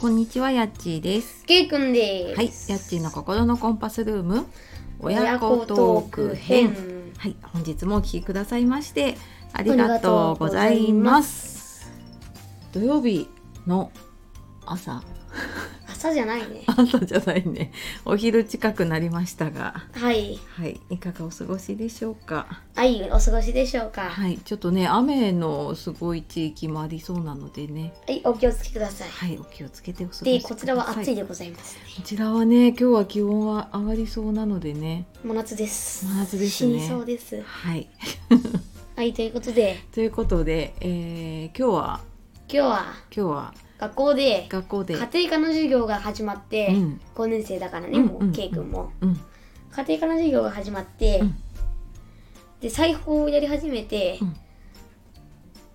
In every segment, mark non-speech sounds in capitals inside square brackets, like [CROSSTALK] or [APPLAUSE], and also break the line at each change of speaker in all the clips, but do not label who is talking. こんにちは、やっちーです。
けいくんで
はい、
す。
やっちーの心のコンパスルーム、親子トーク編。はい、本日もお聞きくださいまして、ありがとうございます。土曜日の朝、 [LAUGHS]
朝じゃないね。
朝じゃないね、お昼近くなりましたが、
はい。
はい、いかがお過ごしでしょうか。
はい、お過ごしでしょうか。は
はい、ちょっとね、雨のすごい地域もありそうなのでね、
い、お気をつけください。
はい、お気をつけてお過ごしください。
で、こちらは暑いでございます、ね。
こちらはね、今日は気温は上がりそうなのでね。
真夏です。
真夏ですね
死にそうです。
はい。
はい、ということで、
ということで、えー今日は
今日は
今日は
学校で
学校で、
家庭科の授業が始まって、
うん
5年生だからね、
うん
も
う
うんけいくんも。
うん
家庭科の授業が始まって、
うん
で、裁縫をやり始めて、
うん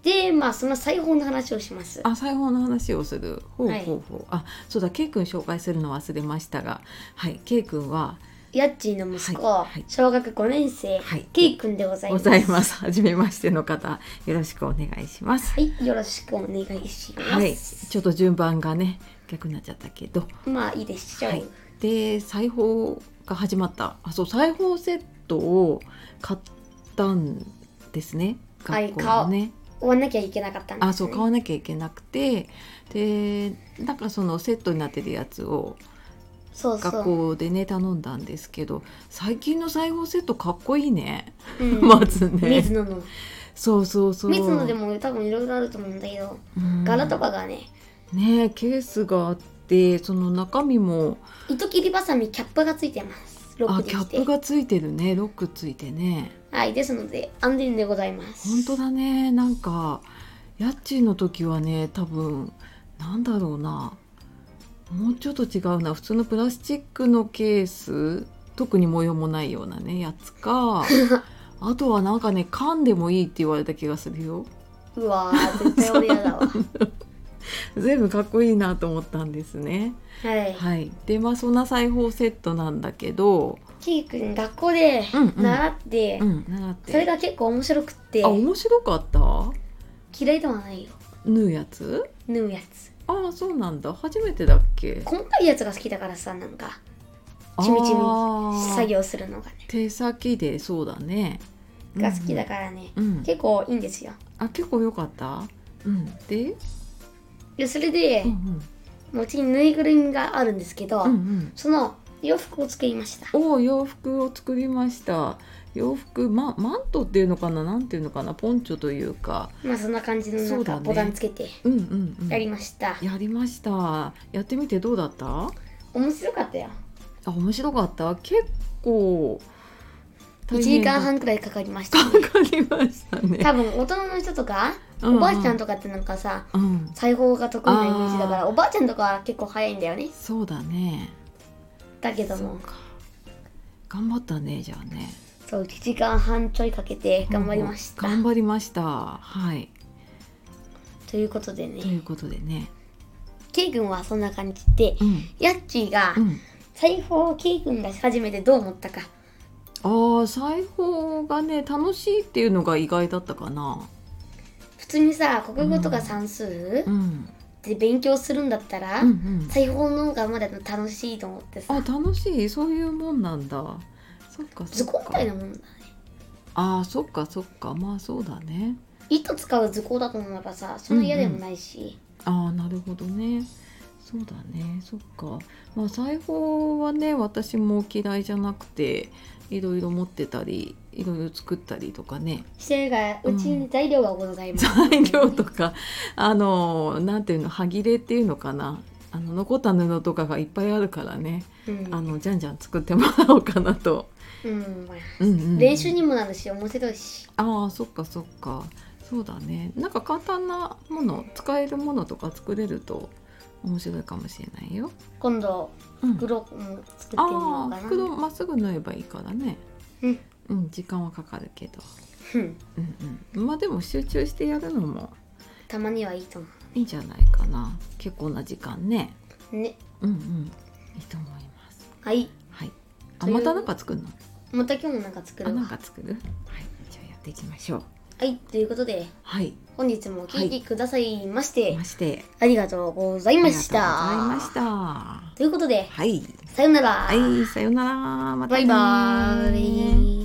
で、まあ、その裁縫の話をします。
あ裁縫の話をするほう
はい
ほうほう、あそうだケイ君紹介するの忘れましたがはいケイ君は
やっちーの息子、
はいはい
小学5年生、
はい
けいくんでござい
ご
ます。
ざいます初めましての方よろしくお願いします
はい、よろしくお願いします。
はいちょっと順番がね逆になっちゃったけど
まあいいでしょう。
はいで裁縫が始まったあそう裁縫セットを買ったんですね
はい
学校のね、
終わんなきゃいけなかったんです、ね。
あそう買わなきゃいけなくてでなんかそのセットになってるやつを
そうそう。
学校でね頼んだんですけど最近の裁縫セットかっこいいね、
うん、
[LAUGHS] まずね
水野の。
そうそうそう
水野でも多分いろいろあると思うんだけど、
うん
柄とかがね、
ねケースがあってその中身も
糸切りばさみキャップがついてます。ロッ
あ
クで
キャ
き
ッ
て
プ。がついてるねロックついてね
はい、ですので安全でございます。
本当だねなんか家賃の時はね多分なんだろうなもうちょっと違うな普通のプラスチックのケース特に模様もないようなねやつ [LAUGHS] かあとはなんかね噛んでもいいって言われた気がするよ
うわー、絶対俺や
[LAUGHS]
だわ。
全部かっこいいなと思ったんですね
はい。
はいでまあそんな裁縫セットなんだけど
ケイ君学校で
うんうん
習って、
うん習って
それが結構面白くって
あ面白かった
嫌いではないよ。
縫うやつ
縫うやつ。
ああそうなんだ初めてだっけ
細かいやつが好きだからさ、なんか。ちみちみ
あー
作業するのがね
手先でそうだね
が好きだからね、
うんうん、
結構いいんですよ
あ結構良かった、うん、で、
でそれで、
うん
もううちにぬいぐるみがあるんですけど、
うんうんうん、
その洋服を作りました
お洋服を作りました洋服、ま、マントっていうのかななんていうのかなポンチョというか
まあそんな感じのな
そうんだ
か
ね
ボタンつけて
うんうん、うん、
やりました、
やりましたやってみてどうだったあ
面白かったよ
面白かった結構
1
大
時
変だ
間半くらいかかりました、ね、
かかりましたね
多分大人の人とか
うんうん
おばあちゃんとかってなんかさ
うん
裁縫が得意なイメージだからおばあちゃんとかは結構早いんだよね
そうだね
だけど
そう
も
か頑張ったねじゃあね
そう1時間半ちょいかけて頑張りました、
頑張りました。はい。
ということで
と
ね
いうことでね。
ケイ君はそんな感じで、
うん。
ヤッチーが、
うん。
裁縫をケイ君がし始めてどう思ったか
ああ、裁縫がね、楽しいっていうのが意外だったかな。
普通にさ国語とか算数
うん。
で勉強するんだったら、
うんうん。
裁縫の方がまだ楽しいと思って
あ、
さ
楽しい。そういうもんなんだ。そっかそ
図
っ
工み
か
たい。なもんだね
ああ、そっかそっか。まあそうだね。
糸使う図工だと思えばさそんな嫌でもないし、
ああ、なるほどね。そうだね。そっか。まあ裁縫はね、私も嫌いじゃなくて、いろいろ持ってたり、いろいろ作ったりとかね。
してるがうちに材料がございます、
材料とかあのなんていうの歯切れっていうのかなあの残った布とかがいっぱいあるからね、
うん、
あのじゃんじゃん作ってもらおうかなと、
うんまあ
うんうんうん
練習にもなるし面白いし
ああそっかそっかそうだねなんか簡単なもの使えるものとか作れると面白いかもしれないよ、
今度
うん、
袋も作ってみ
あ
よう
あ
かな
袋まっすぐ縫えばいいからね
うん、
うん、時間はかかるけど、
うん
うんうん、まあでも集中してやるのも
たまにはいいと思
いいんじゃないかな結構な時間ね
うね
うんうん、いいと思います。
はい
はい。あ、
という
またなんか作るの。
また今日もなんか作
あ、
る
な
わ
んか作る。はい、じゃあやっていきましょう。
はい、ということで、
はい
本日も聞いてくださいまして、
まして
ありがとうござ
あ
い
りが
ま
とうご
し
ざいま
た
し。たは
ということで、
い
さよなら。
はいさようならまた
バ
ね
イバーイ。